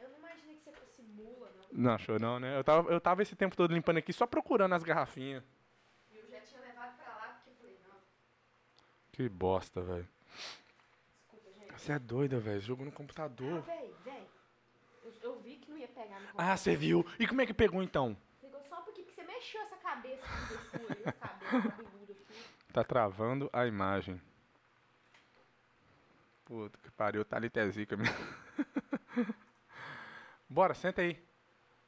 Speaker 2: Eu não imaginei que você fosse mula, não.
Speaker 1: Não, achou não, né? Eu tava, eu tava esse tempo todo limpando aqui só procurando as garrafinhas.
Speaker 2: Eu já tinha levado pra lá porque eu falei, não.
Speaker 1: Que bosta, velho. Você é doida, velho. Jogou no computador.
Speaker 2: Véi, véi. Eu, eu vi que não ia pegar no computador.
Speaker 1: Uh. Ah, você viu? E como é que pegou então?
Speaker 2: Pegou só porque que você mexeu essa cabeça aqui desse olho, esse cabelo barrigudo aqui.
Speaker 1: Tá travando a imagem. Puta que pariu, tá ali até zica mesmo. Bora, senta aí.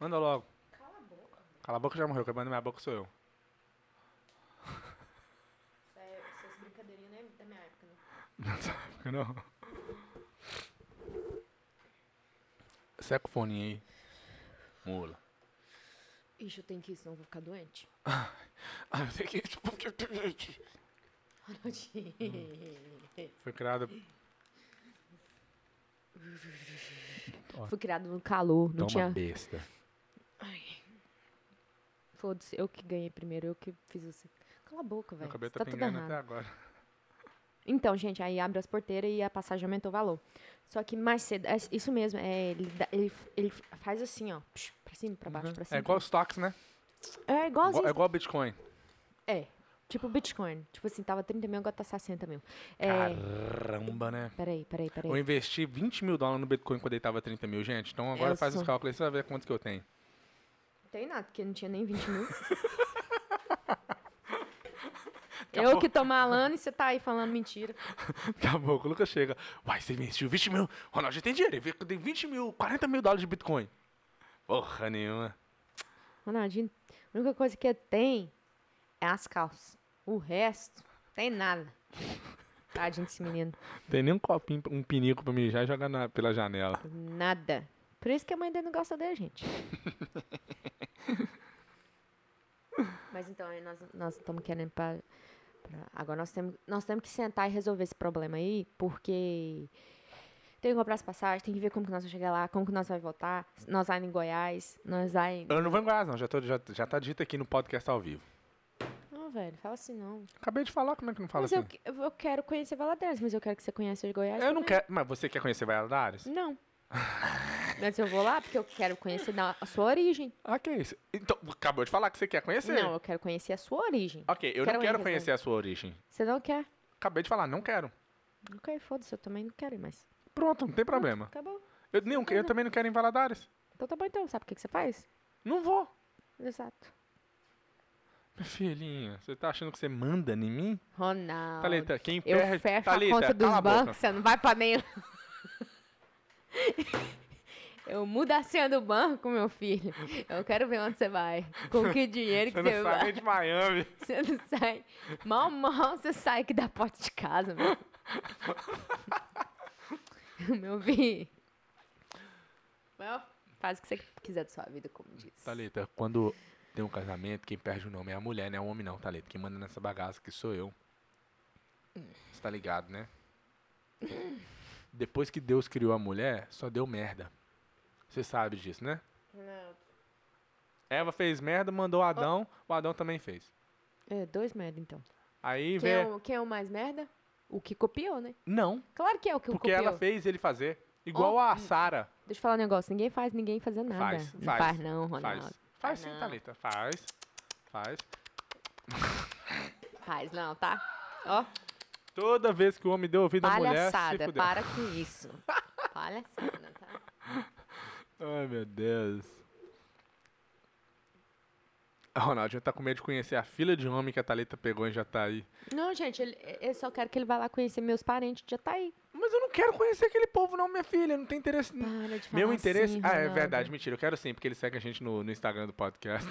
Speaker 1: Manda logo.
Speaker 2: Cala a boca.
Speaker 1: Cala a boca já morreu, quem manda minha boca sou eu.
Speaker 2: Isso é- Essas brincadeirinhas não é da minha época, não.
Speaker 1: Não sabe por que não. Seca o fone aí. Mula.
Speaker 2: Ixi, eu tenho que ir, senão eu vou ficar doente.
Speaker 1: Ah, eu sei que-
Speaker 2: Ronaldinho.
Speaker 1: Foi criado.
Speaker 2: Fui criado no calor, não
Speaker 1: Toma
Speaker 2: tinha.
Speaker 1: besta.
Speaker 2: Foda-se, eu que ganhei primeiro, eu que fiz você. Cala a boca,
Speaker 1: Meu
Speaker 2: velho.
Speaker 1: cabelo
Speaker 2: Você
Speaker 1: tá,
Speaker 2: Tá tudo
Speaker 1: pingando
Speaker 2: errado.
Speaker 1: até agora.
Speaker 2: Então, gente, aí abre as porteiras e a passagem aumentou o valor. Só que mais cedo, é isso mesmo, é, ele, dá- ele, ele faz assim, ó, psh, pra cima, pra baixo,
Speaker 1: Uhum.
Speaker 2: pra cima.
Speaker 1: É igual os toques, né?
Speaker 2: É igualzinho.
Speaker 1: Igual- É igual Bitcoin.
Speaker 2: É, tipo Bitcoin. Tipo assim, tava 30 mil, agora tá 60 mil. É,
Speaker 1: Caramba, né?
Speaker 2: peraí, peraí, peraí.
Speaker 1: Eu investi 20 mil dólares no Bitcoin quando ele tava 30 mil, gente. Então agora
Speaker 2: É, eu
Speaker 1: faz os
Speaker 2: sou-
Speaker 1: cálculos aí, você vai ver quanto que eu tenho.
Speaker 2: Não tem nada, porque não tinha nem 20 mil. eu que tô malando e você tá aí falando mentira.
Speaker 1: Daqui a pouco Tá o Lucas chega. Uai, você investiu 20 mil. Ronaldo já tem dinheiro. Ele tem 20 mil, 40 mil dólares de Bitcoin. Porra nenhuma.
Speaker 2: Ronaldinho, a única coisa que ele tem é as calças. O resto, tem nada. Tadinho desse menino.
Speaker 1: Tem nem um copinho, um pinico pra mijar e jogar na- pela janela.
Speaker 2: Nada. Por isso que a mãe dele não gosta dele, gente. Mas então, aí nós, nós estamos querendo pra, pra- Agora nós temos, nós temos que sentar e resolver esse problema aí, porque tem que comprar as passagens, tem que ver como que nós vamos chegar lá, como que nós vamos voltar. se Nós vamos em Goiás, nós vamos em...
Speaker 1: Eu não vou em Goiás, não. Já, tô- já, já tá dito aqui no podcast ao vivo.
Speaker 2: Não, velho, fala assim não.
Speaker 1: Acabei de falar, como é que não fala
Speaker 2: mas eu
Speaker 1: assim?
Speaker 2: que- eu, eu quero conhecer Valadares, mas eu quero que você conheça Goiás
Speaker 1: Eu não
Speaker 2: também.
Speaker 1: quero. Mas você quer conhecer Valadares?
Speaker 2: Não. mas eu vou lá porque eu quero conhecer da- a sua origem.
Speaker 1: Ok. Então, acabou de falar que você quer conhecer.
Speaker 2: Não, eu quero conhecer a sua origem.
Speaker 1: Ok, eu
Speaker 2: Quero né?
Speaker 1: não
Speaker 2: ir
Speaker 1: quero
Speaker 2: nesse
Speaker 1: conhecer a sua origem.
Speaker 2: Você não quer?
Speaker 1: Acabei de falar, não quero.
Speaker 2: Ok, foda-se, eu também não quero ir mais.
Speaker 1: Pronto, não tem problema.
Speaker 2: Acabou.
Speaker 1: Eu, nem, eu também não quero ir em Valadares.
Speaker 2: Então tá bom então, sabe o que, que você faz?
Speaker 1: Não vou.
Speaker 2: Exato.
Speaker 1: Minha filhinha, você tá achando que você manda em mim?
Speaker 2: Ronaldo.
Speaker 1: Thalita, quem
Speaker 2: eu
Speaker 1: perde...
Speaker 2: fecho
Speaker 1: Thalita,
Speaker 2: a conta dos
Speaker 1: cala a boca.
Speaker 2: bancos, você não vai pra nenhum. eu mudo a senha do banco, meu filho. Eu quero ver onde você vai. Com que dinheiro que
Speaker 1: Você
Speaker 2: você,
Speaker 1: não
Speaker 2: vai.
Speaker 1: sabe nem de Miami.
Speaker 2: Você não sai. Mal, mal você sai aqui da porta de casa, meu. Meu vi. Well, faz o que você quiser da sua vida, como diz.
Speaker 1: Thalita, quando tem um casamento, quem perde o nome é a mulher, não é o homem não, Thalita. Quem manda nessa bagaça que sou eu. Você tá ligado, né? Depois que Deus criou a mulher, só deu merda. Você sabe disso, né?
Speaker 2: Não.
Speaker 1: Eva fez merda, mandou Adão,
Speaker 2: Ah.
Speaker 1: o Adão também fez.
Speaker 2: É, dois merda, então.
Speaker 1: Aí
Speaker 2: Quem é,
Speaker 1: vem.
Speaker 2: o, quem é o mais merda? O que copiou, né?
Speaker 1: Não,
Speaker 2: Claro que é o que
Speaker 1: porque
Speaker 2: copiou.
Speaker 1: ela fez ele fazer. Igual a Sara
Speaker 2: Deixa eu falar um negócio. Ninguém faz ninguém fazer nada.
Speaker 1: Faz,
Speaker 2: não
Speaker 1: faz,
Speaker 2: não, Ronaldo.
Speaker 1: faz. Faz sim,
Speaker 2: Ah, não.
Speaker 1: Thalita. Faz. Faz.
Speaker 2: Faz não, tá? Ó,
Speaker 1: Toda vez que o homem deu ouvido à mulher, se
Speaker 2: palhaçada.
Speaker 1: fudeu.
Speaker 2: Para com isso. palhaçada, tá?
Speaker 1: Ai, meu Deus. A Ronaldinho tá com medo de conhecer a filha de um homem que a Thalita pegou e já tá aí.
Speaker 2: Não, gente, ele- eu só quero que ele vá lá conhecer meus parentes que já tá aí.
Speaker 1: Mas eu não quero conhecer aquele povo, não, minha filha. Não tem interesse. n-
Speaker 2: Para de falar
Speaker 1: Meu interesse.
Speaker 2: assim,
Speaker 1: ah, é
Speaker 2: Ronaldo.
Speaker 1: verdade, mentira. Eu quero sim, porque ele segue a gente no, no Instagram do podcast.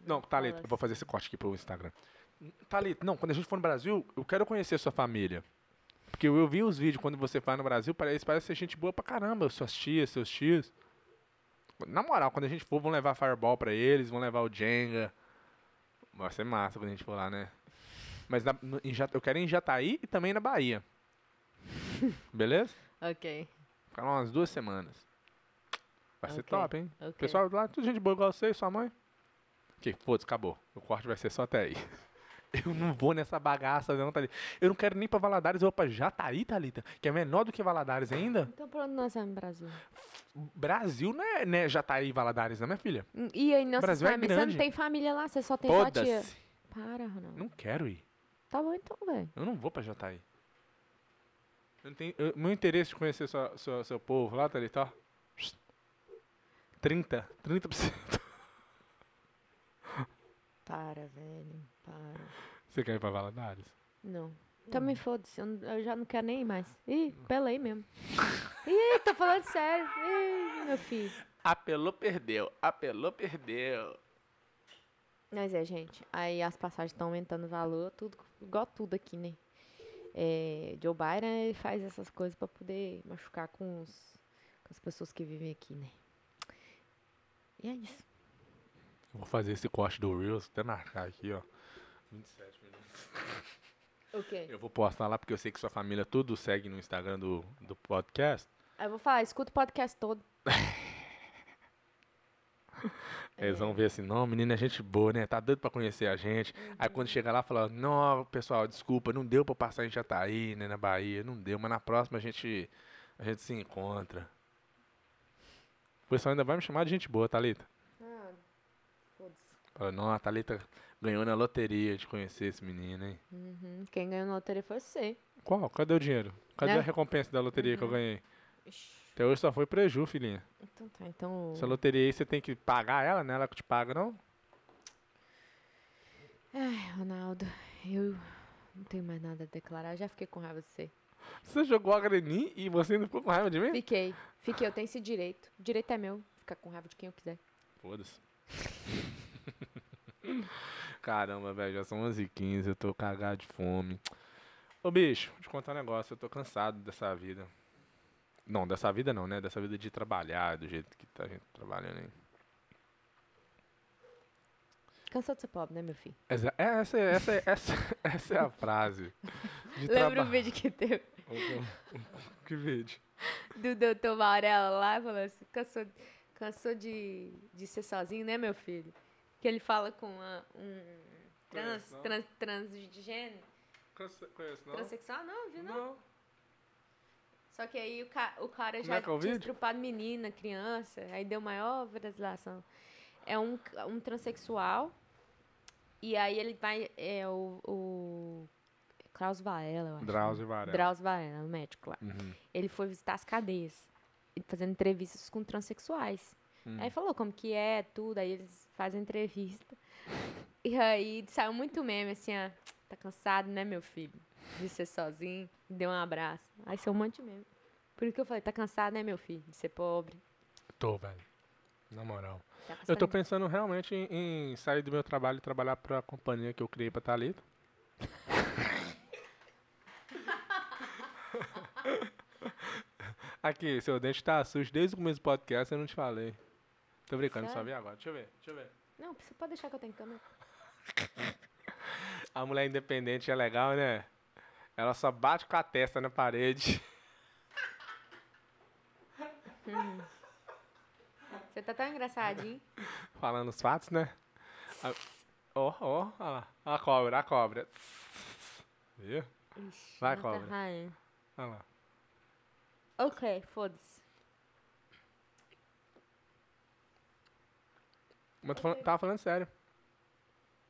Speaker 1: não, Thalita, eu vou fazer esse corte aqui pro Instagram. Thalita, não, quando a gente for no Brasil, eu quero conhecer a sua família. Porque eu, eu vi os vídeos quando você vai no Brasil, parece, parece ser gente boa pra caramba, suas tias, seus tios. Na moral, quando a gente for, vão levar Fireball pra eles, vão levar o Jenga. Vai ser massa quando a gente for lá, né? Mas na- no- em Ja- eu quero ir em Jataí e também na Bahia. Beleza?
Speaker 2: Ok,
Speaker 1: Ficaram umas duas semanas. Vai ser
Speaker 2: Ok,
Speaker 1: top, hein?
Speaker 2: ok.
Speaker 1: Pessoal lá, tudo gente boa igual você e sua mãe. Que foda-se, acabou. O corte vai ser só até aí. Eu não vou nessa bagaça, não, Thalita. Eu não quero nem pra Valadares, eu vou pra Jataí, Thalita, que é menor do que Valadares ainda.
Speaker 2: Então pronto, nós vamos no Brasil.
Speaker 1: Brasil não é, né, Jataí e Valadares, não, minha filha?
Speaker 2: E aí, nossa
Speaker 1: Brasil é
Speaker 2: família, você
Speaker 1: grande.
Speaker 2: não tem família lá, você só tem sua tia.
Speaker 1: Foda-se.
Speaker 2: Para, Ronaldo.
Speaker 1: Não quero ir.
Speaker 2: Tá bom então, velho.
Speaker 1: Eu não vou pra Jataí. Eu não tenho, eu- meu interesse de conhecer sua, sua- seu povo lá, Thalita, ó. 30, 30%.
Speaker 2: Para, velho. Para.
Speaker 1: Você quer ir pra Valadares?
Speaker 2: Não. Então me foda-se, eu, não- eu já não quero nem ir mais. Ih, pela aí mesmo. Ih, tô falando sério. Ih, meu filho.
Speaker 1: Apelou, perdeu. Apelou, perdeu.
Speaker 2: Mas é, gente. Aí as passagens estão aumentando o valor, tudo, igual tudo aqui, né? É, Joe Biden ele faz essas coisas pra poder machucar com, os- com as pessoas que vivem aqui, né? E é isso.
Speaker 1: Eu vou fazer esse corte do Reels, até marcar aqui, ó. 27 minutos.
Speaker 2: O quê?
Speaker 1: Eu vou postar lá porque eu sei que sua família tudo segue no Instagram do, do podcast.
Speaker 2: Aí eu vou falar, escuta o podcast todo.
Speaker 1: Eles vão ver assim, não, menina é gente boa, né? Tá doido pra conhecer a gente. Aí quando chega lá, fala, não, pessoal, desculpa, não deu pra passar em Jataí, né, na Bahia. Não deu, mas na próxima a gente, a gente se encontra. O pessoal ainda vai me chamar de gente boa, Thalita.
Speaker 2: Ah, foda-se.
Speaker 1: Fala, não, a Thalita ganhou na loteria de conhecer esse menino, hein?
Speaker 2: Uhum, Quem ganhou na loteria foi você.
Speaker 1: Qual? Cadê o dinheiro? Cadê
Speaker 2: Né? Uhum.
Speaker 1: a recompensa da loteria que eu ganhei?
Speaker 2: Ixi,
Speaker 1: Até hoje só foi preju, filhinha.
Speaker 2: Então tá, então.
Speaker 1: Essa loteria aí você tem que pagar ela, né? Ela que te paga, não?
Speaker 2: Ai, Ronaldo, eu não tenho mais nada a declarar. Já fiquei com raiva de você.
Speaker 1: Você jogou a graninha e você ainda ficou com raiva de mim?
Speaker 2: Fiquei. Fiquei, eu tenho esse direito. O direito é meu. Ficar com raiva de quem eu quiser.
Speaker 1: Foda-se. Caramba, velho, já são 11h15, eu tô cagado de fome. Ô, bicho, vou te contar um negócio, eu tô cansado dessa vida. Não, dessa vida não, né? Dessa vida de trabalhar, do jeito que tá a gente trabalhando aí.
Speaker 2: Cansou de ser pobre, né, meu filho?
Speaker 1: Essa, é, essa, é- essa, é- essa, essa é a frase. De
Speaker 2: Lembra o
Speaker 1: traba-
Speaker 2: vídeo que teve
Speaker 1: Que vídeo?
Speaker 2: do doutor Maurelo lá, falando assim, cansou, cansou de, de ser sozinho, né, meu filho? Que ele fala com uma- um trans,
Speaker 1: Transexual.
Speaker 2: trans, transgênero,
Speaker 1: Conheço, não?
Speaker 2: transexual, não, viu, não?
Speaker 1: Não.
Speaker 2: Só que aí o, ca- o cara
Speaker 1: Como
Speaker 2: já
Speaker 1: é que é o
Speaker 2: tinha
Speaker 1: vídeo?
Speaker 2: estrupado menina, criança, aí deu maior vacilação. É um, ca- um transexual, e aí ele vai, é o, o Klaus Varela, eu acho. né?
Speaker 1: Drauzio Varela. Uhum.
Speaker 2: Drauzio Varela, o médico lá. Ele foi visitar as cadeias, e fazendo entrevistas com transexuais.
Speaker 1: Hum.
Speaker 2: Aí falou como que é, tudo, aí eles fazem entrevista. E aí saiu muito meme, assim, ah, tá cansado, né, meu filho? De ser sozinho, deu um abraço. Aí saiu um monte de meme. Por isso que eu falei, tá cansado, né, meu filho? De ser pobre.
Speaker 1: Tô, velho. Na moral.
Speaker 2: Tá
Speaker 1: Eu tô
Speaker 2: cansado."
Speaker 1: pensando realmente em, em sair do meu trabalho e trabalhar pra companhia que eu criei pra Thalita. Aqui, seu dente tá sujo desde o começo do podcast, eu não te falei. Tô brincando, só
Speaker 2: Sério?
Speaker 1: vi agora. Deixa eu ver, deixa eu ver.
Speaker 2: Não, você pode deixar que eu tenho câmera.
Speaker 1: A mulher independente é legal, né? Ela só bate com a testa na parede.
Speaker 2: Você tá tão engraçadinho.
Speaker 1: Falando os fatos, né? A- Ó, ó, ó lá. A cobra, a cobra. Viu?
Speaker 2: Ixi,
Speaker 1: Vai,
Speaker 2: mata a
Speaker 1: cobra.
Speaker 2: rainha.
Speaker 1: Olha lá.
Speaker 2: Ok, foda-se.
Speaker 1: Mas tô falando, tava falando sério.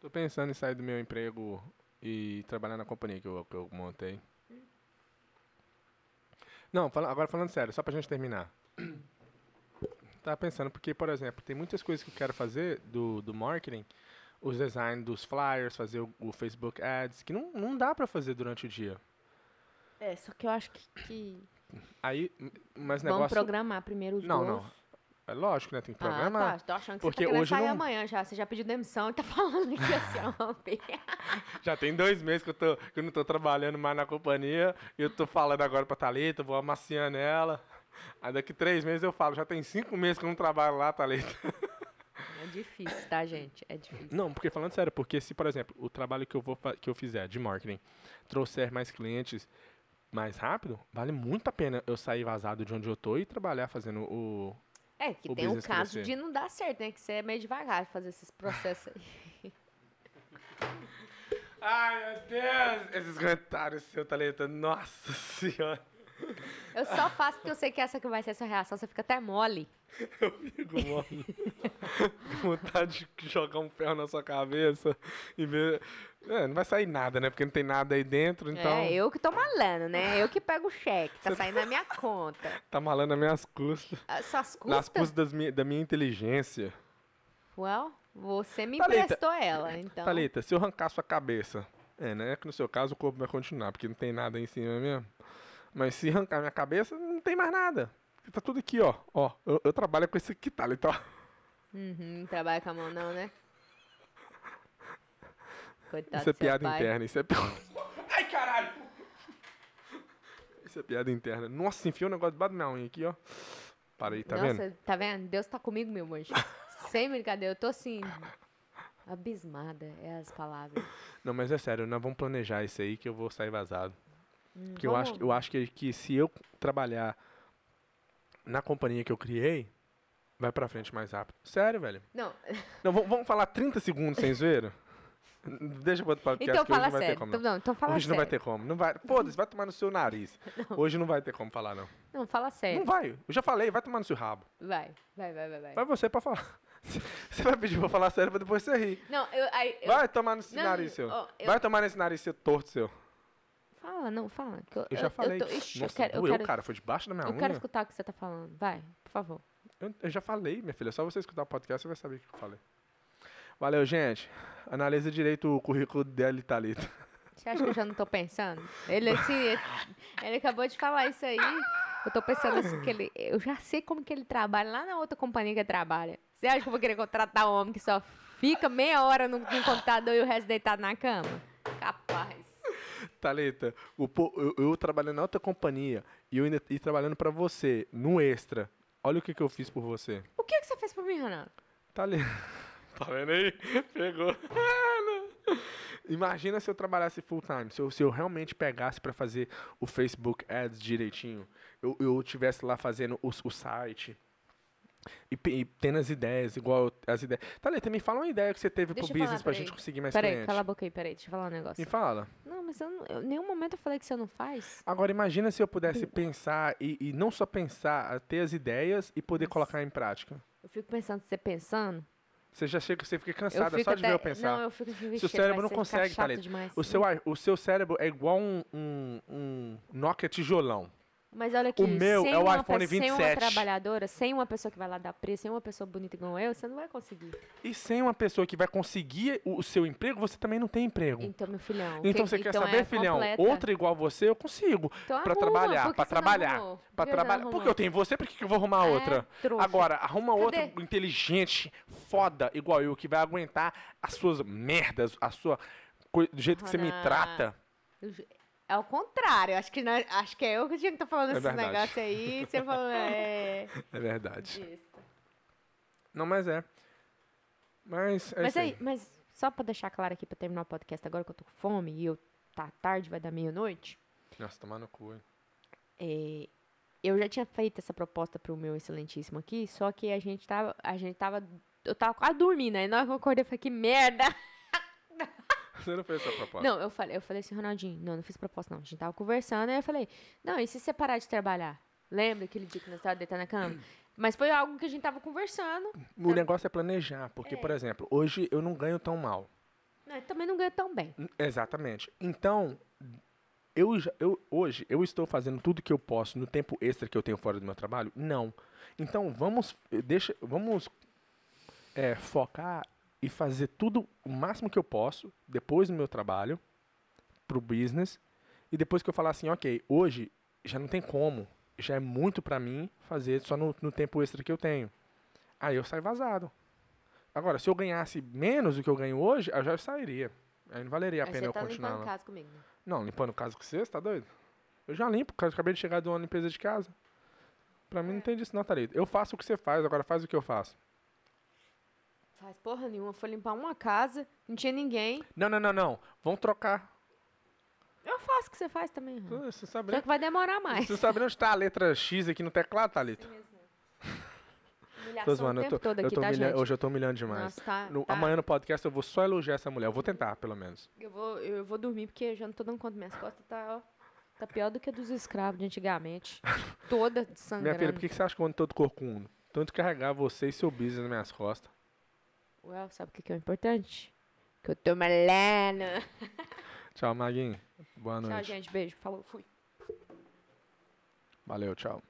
Speaker 1: Tô pensando em sair do meu emprego e trabalhar na companhia que eu, que eu montei. Não, fala- agora falando sério, só pra gente terminar. Tava pensando, porque, por exemplo, tem muitas coisas que eu quero fazer do, do marketing, os design dos flyers, fazer o, o Facebook Ads, que não, não dá pra fazer durante o dia.
Speaker 2: É, só que eu acho que. que...
Speaker 1: Aí, m- mas
Speaker 2: Vamos
Speaker 1: negócio...
Speaker 2: programar primeiro os
Speaker 1: Não,
Speaker 2: gols.
Speaker 1: não. É lógico, né? Tem que
Speaker 2: Ah,
Speaker 1: programar.
Speaker 2: tá. Tô achando que
Speaker 1: Porque
Speaker 2: você tá querendo
Speaker 1: hoje
Speaker 2: sair
Speaker 1: não-
Speaker 2: amanhã já. Você já pediu demissão e tá falando aqui assim, ó. P.
Speaker 1: Já tem dois meses que eu, tô, que eu não tô trabalhando mais na companhia. E eu tô falando agora pra Thalita, vou amaciando ela. Aí daqui três meses eu falo, já tem cinco meses que eu não trabalho lá, Thalita.
Speaker 2: É difícil, tá, gente? É difícil.
Speaker 1: Não, porque falando sério, porque se, por exemplo, o trabalho que eu, vou, fa- que eu fizer de marketing trouxer mais clientes mais rápido, vale muito a pena eu sair vazado de onde eu tô e trabalhar fazendo o.
Speaker 2: É, que
Speaker 1: O
Speaker 2: tem um
Speaker 1: business
Speaker 2: caso
Speaker 1: crescer.
Speaker 2: de não dar certo, né? Que você é meio devagar de fazer esses processos aí.
Speaker 1: Ai, meu Deus! Esses comentários, seu Thalita, nossa senhora!
Speaker 2: Eu só faço porque eu sei que essa que vai ser a sua reação, você fica até mole.
Speaker 1: Eu fico, mano. com vontade de jogar um ferro na sua cabeça e ver. É, não vai sair nada, né? Porque não tem nada aí dentro, então
Speaker 2: É, eu que tô malando, né? Eu que pego o cheque, tá saindo na minha conta.
Speaker 1: tá malando as minhas custas.
Speaker 2: As suas
Speaker 1: Nas
Speaker 2: custas?
Speaker 1: custas das mi- da minha inteligência.
Speaker 2: Well, você me
Speaker 1: Thalita.
Speaker 2: emprestou ela, então.
Speaker 1: Thalita, se eu arrancar sua cabeça. É, né? Que no seu caso o corpo vai continuar, porque não tem nada aí em cima mesmo. Mas se arrancar minha cabeça, não tem mais nada. Tá tudo aqui, ó. Ó, eu, eu trabalho com isso aqui, Thalita, ó.
Speaker 2: Uhum, não trabalha com a mão não, né?
Speaker 1: Isso
Speaker 2: Coitado
Speaker 1: é
Speaker 2: do seu
Speaker 1: piada
Speaker 2: pai.
Speaker 1: interna, isso é piada. Ai, caralho! Isso é piada interna. Nossa, enfiou um negócio debaixo da minha unha aqui, ó. Parei, tá
Speaker 2: Nossa,
Speaker 1: vendo?
Speaker 2: tá vendo? Deus tá comigo, meu anjo. Sem brincadeira, eu tô assim... Abismada, é as palavras.
Speaker 1: Não, mas é sério, nós vamos planejar isso aí que eu vou sair vazado. Porque eu
Speaker 2: Hum, vamos.
Speaker 1: acho, eu acho que, que se eu trabalhar na companhia que eu criei, vai pra frente mais rápido. Sério, velho.
Speaker 2: Não,
Speaker 1: Não, vamos, vamos falar 30 segundos sem zoeira? Deixa eu botar pra podcast
Speaker 2: então
Speaker 1: que hoje
Speaker 2: fala
Speaker 1: não vai ter
Speaker 2: sério.
Speaker 1: como.
Speaker 2: Então,
Speaker 1: Não.
Speaker 2: não, então fala
Speaker 1: hoje
Speaker 2: sério.
Speaker 1: não vai ter como. Não vai. Foda-se, vai tomar no seu nariz. Hoje não vai ter como falar, não.
Speaker 2: Não, fala
Speaker 1: Não
Speaker 2: sério.
Speaker 1: vai. Eu já falei, vai tomar no seu rabo.
Speaker 2: Vai, vai, vai, vai. vai.
Speaker 1: Vai você pra falar. Você vai pedir pra eu falar sério pra depois você rir.
Speaker 2: Não, eu... Aí, eu-
Speaker 1: Vai tomar nesse
Speaker 2: Não,
Speaker 1: nariz seu.
Speaker 2: ó, eu-
Speaker 1: Vai tomar nesse nariz seu torto seu.
Speaker 2: Fala, não, fala. que
Speaker 1: Eu já falei.
Speaker 2: tô- ixi,
Speaker 1: Nossa,
Speaker 2: eu quero,
Speaker 1: doeu,
Speaker 2: eu quero,
Speaker 1: cara. Foi debaixo da minha
Speaker 2: eu
Speaker 1: unha.
Speaker 2: quero escutar o que você tá falando. Vai, por favor.
Speaker 1: Eu, eu já falei, minha filha. é Só você escutar o podcast, você vai saber o que eu falei. Valeu, gente. Analisa direito o currículo dela e Thalita.
Speaker 2: Você acha que eu já não tô pensando? Ele, assim, ele, ele acabou de falar isso aí. Eu tô pensando assim que ele. Eu já sei como que ele trabalha lá na outra companhia que ele trabalha. Você acha que eu vou querer contratar um homem que só fica meia hora no, no computador e o resto deitado na cama? Capaz.
Speaker 1: Thalita, o po- eu, eu trabalhando na outra companhia e eu ainda e trabalhando pra você, no extra. Olha o que, que eu fiz por você.
Speaker 2: O que, que você fez por mim, Ronaldo?
Speaker 1: Tá ali. Tá vendo aí? Pegou. Ah, não. Imagina se eu trabalhasse full time, se eu, se eu realmente pegasse pra fazer o Facebook Ads direitinho, eu, eu tivesse lá fazendo os- o, site e, pe- e tendo as ideias, igual as ideias. Thalita, me fala uma ideia que você teve
Speaker 2: Deixa eu
Speaker 1: pro business
Speaker 2: falar,
Speaker 1: pra
Speaker 2: peraí.
Speaker 1: gente conseguir mais
Speaker 2: Peraí,
Speaker 1: cliente.
Speaker 2: cala a boca aí, peraí, deixa eu falar um negócio.
Speaker 1: Me fala.
Speaker 2: Não, mas eu, não- eu- em nenhum momento eu falei que você não faz.
Speaker 1: Agora, imagina se eu
Speaker 2: Hum.
Speaker 1: pudesse pensar e, e não só pensar, a ter as ideias e poder colocar em prática.
Speaker 2: Eu fico pensando, você pensando.
Speaker 1: Você já chega, você fica
Speaker 2: Eu
Speaker 1: cansada
Speaker 2: fico
Speaker 1: só de ver
Speaker 2: até-
Speaker 1: eu pensar.
Speaker 2: Não, eu fico assim,
Speaker 1: Seu
Speaker 2: "Vixe,
Speaker 1: cérebro
Speaker 2: vai
Speaker 1: não
Speaker 2: ser- ficar
Speaker 1: consegue,
Speaker 2: chato
Speaker 1: Thalita.
Speaker 2: demais."
Speaker 1: O seu, ar- o seu cérebro é igual um, um, um Nokia tijolão.
Speaker 2: Mas olha aqui,
Speaker 1: meu
Speaker 2: sem
Speaker 1: é o
Speaker 2: uma
Speaker 1: iPhone
Speaker 2: pe- Sem uma
Speaker 1: 27.
Speaker 2: trabalhadora, sem uma pessoa que vai lá dar preço, sem uma pessoa bonita igual eu, você não vai conseguir.
Speaker 1: E sem uma pessoa que vai conseguir o, o seu emprego, você também não tem emprego.
Speaker 2: Então, meu filhão. o
Speaker 1: então
Speaker 2: que-
Speaker 1: você quer
Speaker 2: então
Speaker 1: saber,
Speaker 2: é
Speaker 1: filhão?
Speaker 2: completa.
Speaker 1: Outra igual você, eu consigo.
Speaker 2: então,
Speaker 1: pra
Speaker 2: arruma,
Speaker 1: trabalhar,
Speaker 2: por que
Speaker 1: pra
Speaker 2: você não
Speaker 1: trabalhar,
Speaker 2: arrumou? Por
Speaker 1: Pra
Speaker 2: que você não
Speaker 1: trabalhar.
Speaker 2: arrumou?
Speaker 1: Porque eu tenho você, por que que eu vou arrumar
Speaker 2: É,
Speaker 1: outra?
Speaker 2: trouxa.
Speaker 1: Agora, arruma outro
Speaker 2: Cadê?
Speaker 1: inteligente, foda, igual eu, que vai
Speaker 2: Ah.
Speaker 1: aguentar as suas merdas, a sua. coi- do jeito que você me
Speaker 2: Roná.
Speaker 1: trata.
Speaker 2: Eu ju- É É o contrário. Acho que, nós- acho que é eu que tinha que estar falando
Speaker 1: É
Speaker 2: esses
Speaker 1: verdade.
Speaker 2: negócios aí. Você falou, é.
Speaker 1: É verdade.
Speaker 2: besta.
Speaker 1: Não, mas é. Mas é
Speaker 2: Mas
Speaker 1: isso
Speaker 2: aí, mas só pra deixar claro aqui pra terminar o podcast agora que eu tô com fome e eu tá tarde, vai dar meia-noite.
Speaker 1: Nossa, tomar no cu, hein?
Speaker 2: é, eu já tinha feito essa proposta pro meu excelentíssimo aqui, só que a gente tava. A gente tava. Eu tava quase dormindo, aí na hora que eu acordei, eu falei, que merda!
Speaker 1: Você não fez essa proposta.
Speaker 2: Não, eu falei, eu falei assim, Ronaldinho, não, não fiz proposta, não. A gente tava conversando, aí eu falei, não, e se você parar de trabalhar? Lembra aquele dia que nós tava deitando na cama? Mas foi algo que a gente tava conversando.
Speaker 1: O negócio é planejar, porque, por exemplo, hoje eu não ganho tão mal.
Speaker 2: Não, eu né, também não ganho tão bem.
Speaker 1: Hum, Exatamente. Então, eu, já- eu hoje eu estou fazendo tudo que eu posso no tempo extra que eu tenho fora do meu trabalho? Não. Então, vamos eh, deixa, vamos eh, focar e fazer tudo o máximo que eu posso depois do meu trabalho pro business e depois que eu falar assim, OK, hoje já não tem como, já é muito pra mim fazer só no, no tempo extra que eu tenho. Aí eu saio vazado. Agora, se eu ganhasse menos do que eu ganho hoje, eu já sairia. Aí não valeria a
Speaker 2: Aí
Speaker 1: é pena
Speaker 2: você
Speaker 1: eu
Speaker 2: tá
Speaker 1: continuar.
Speaker 2: limpando
Speaker 1: não.
Speaker 2: casa comigo. né?
Speaker 1: Não, limpando casa com você, tá doido? Eu já limpo, cara. Acabei de chegar de uma limpeza de casa. Pra mim não tem disso, não, Thalita. Eu faço o que você faz, agora faz o que eu faço.
Speaker 2: Faz porra nenhuma, foi limpar uma casa, não tinha ninguém.
Speaker 1: Não, não, não, não. Vão trocar.
Speaker 2: Eu faço o que você faz também, Ron.
Speaker 1: Você sabe,
Speaker 2: Só que vai demorar mais.
Speaker 1: você sabe onde tá a letra X aqui no teclado, Thalita?
Speaker 2: Humilhação o
Speaker 1: eu
Speaker 2: tempo
Speaker 1: tô,
Speaker 2: todo
Speaker 1: eu
Speaker 2: aqui,
Speaker 1: tô
Speaker 2: tá,
Speaker 1: humilha-
Speaker 2: gente?
Speaker 1: Hoje eu tô humilhando demais.
Speaker 2: Nossa, tá,
Speaker 1: No-
Speaker 2: tá.
Speaker 1: Amanhã no podcast eu vou só elogiar essa mulher. Eu vou tentar, pelo menos.
Speaker 2: Eu vou, eu vou dormir porque eu já não tô dando conta. Minhas costas tá, ó, tá pior do que a dos escravos de antigamente. Toda sangrando.
Speaker 1: Minha filha, por que que você acha que eu ando todo corcunda? Tanto carregar você e seu business nas minhas costas.
Speaker 2: Ué, sabe o que, que é o importante? Que eu tô malena.
Speaker 1: Tchau, Maguinho. Boa
Speaker 2: Tchau,
Speaker 1: noite.
Speaker 2: gente. Beijo. Falou. Fui.
Speaker 1: Valeu, tchau.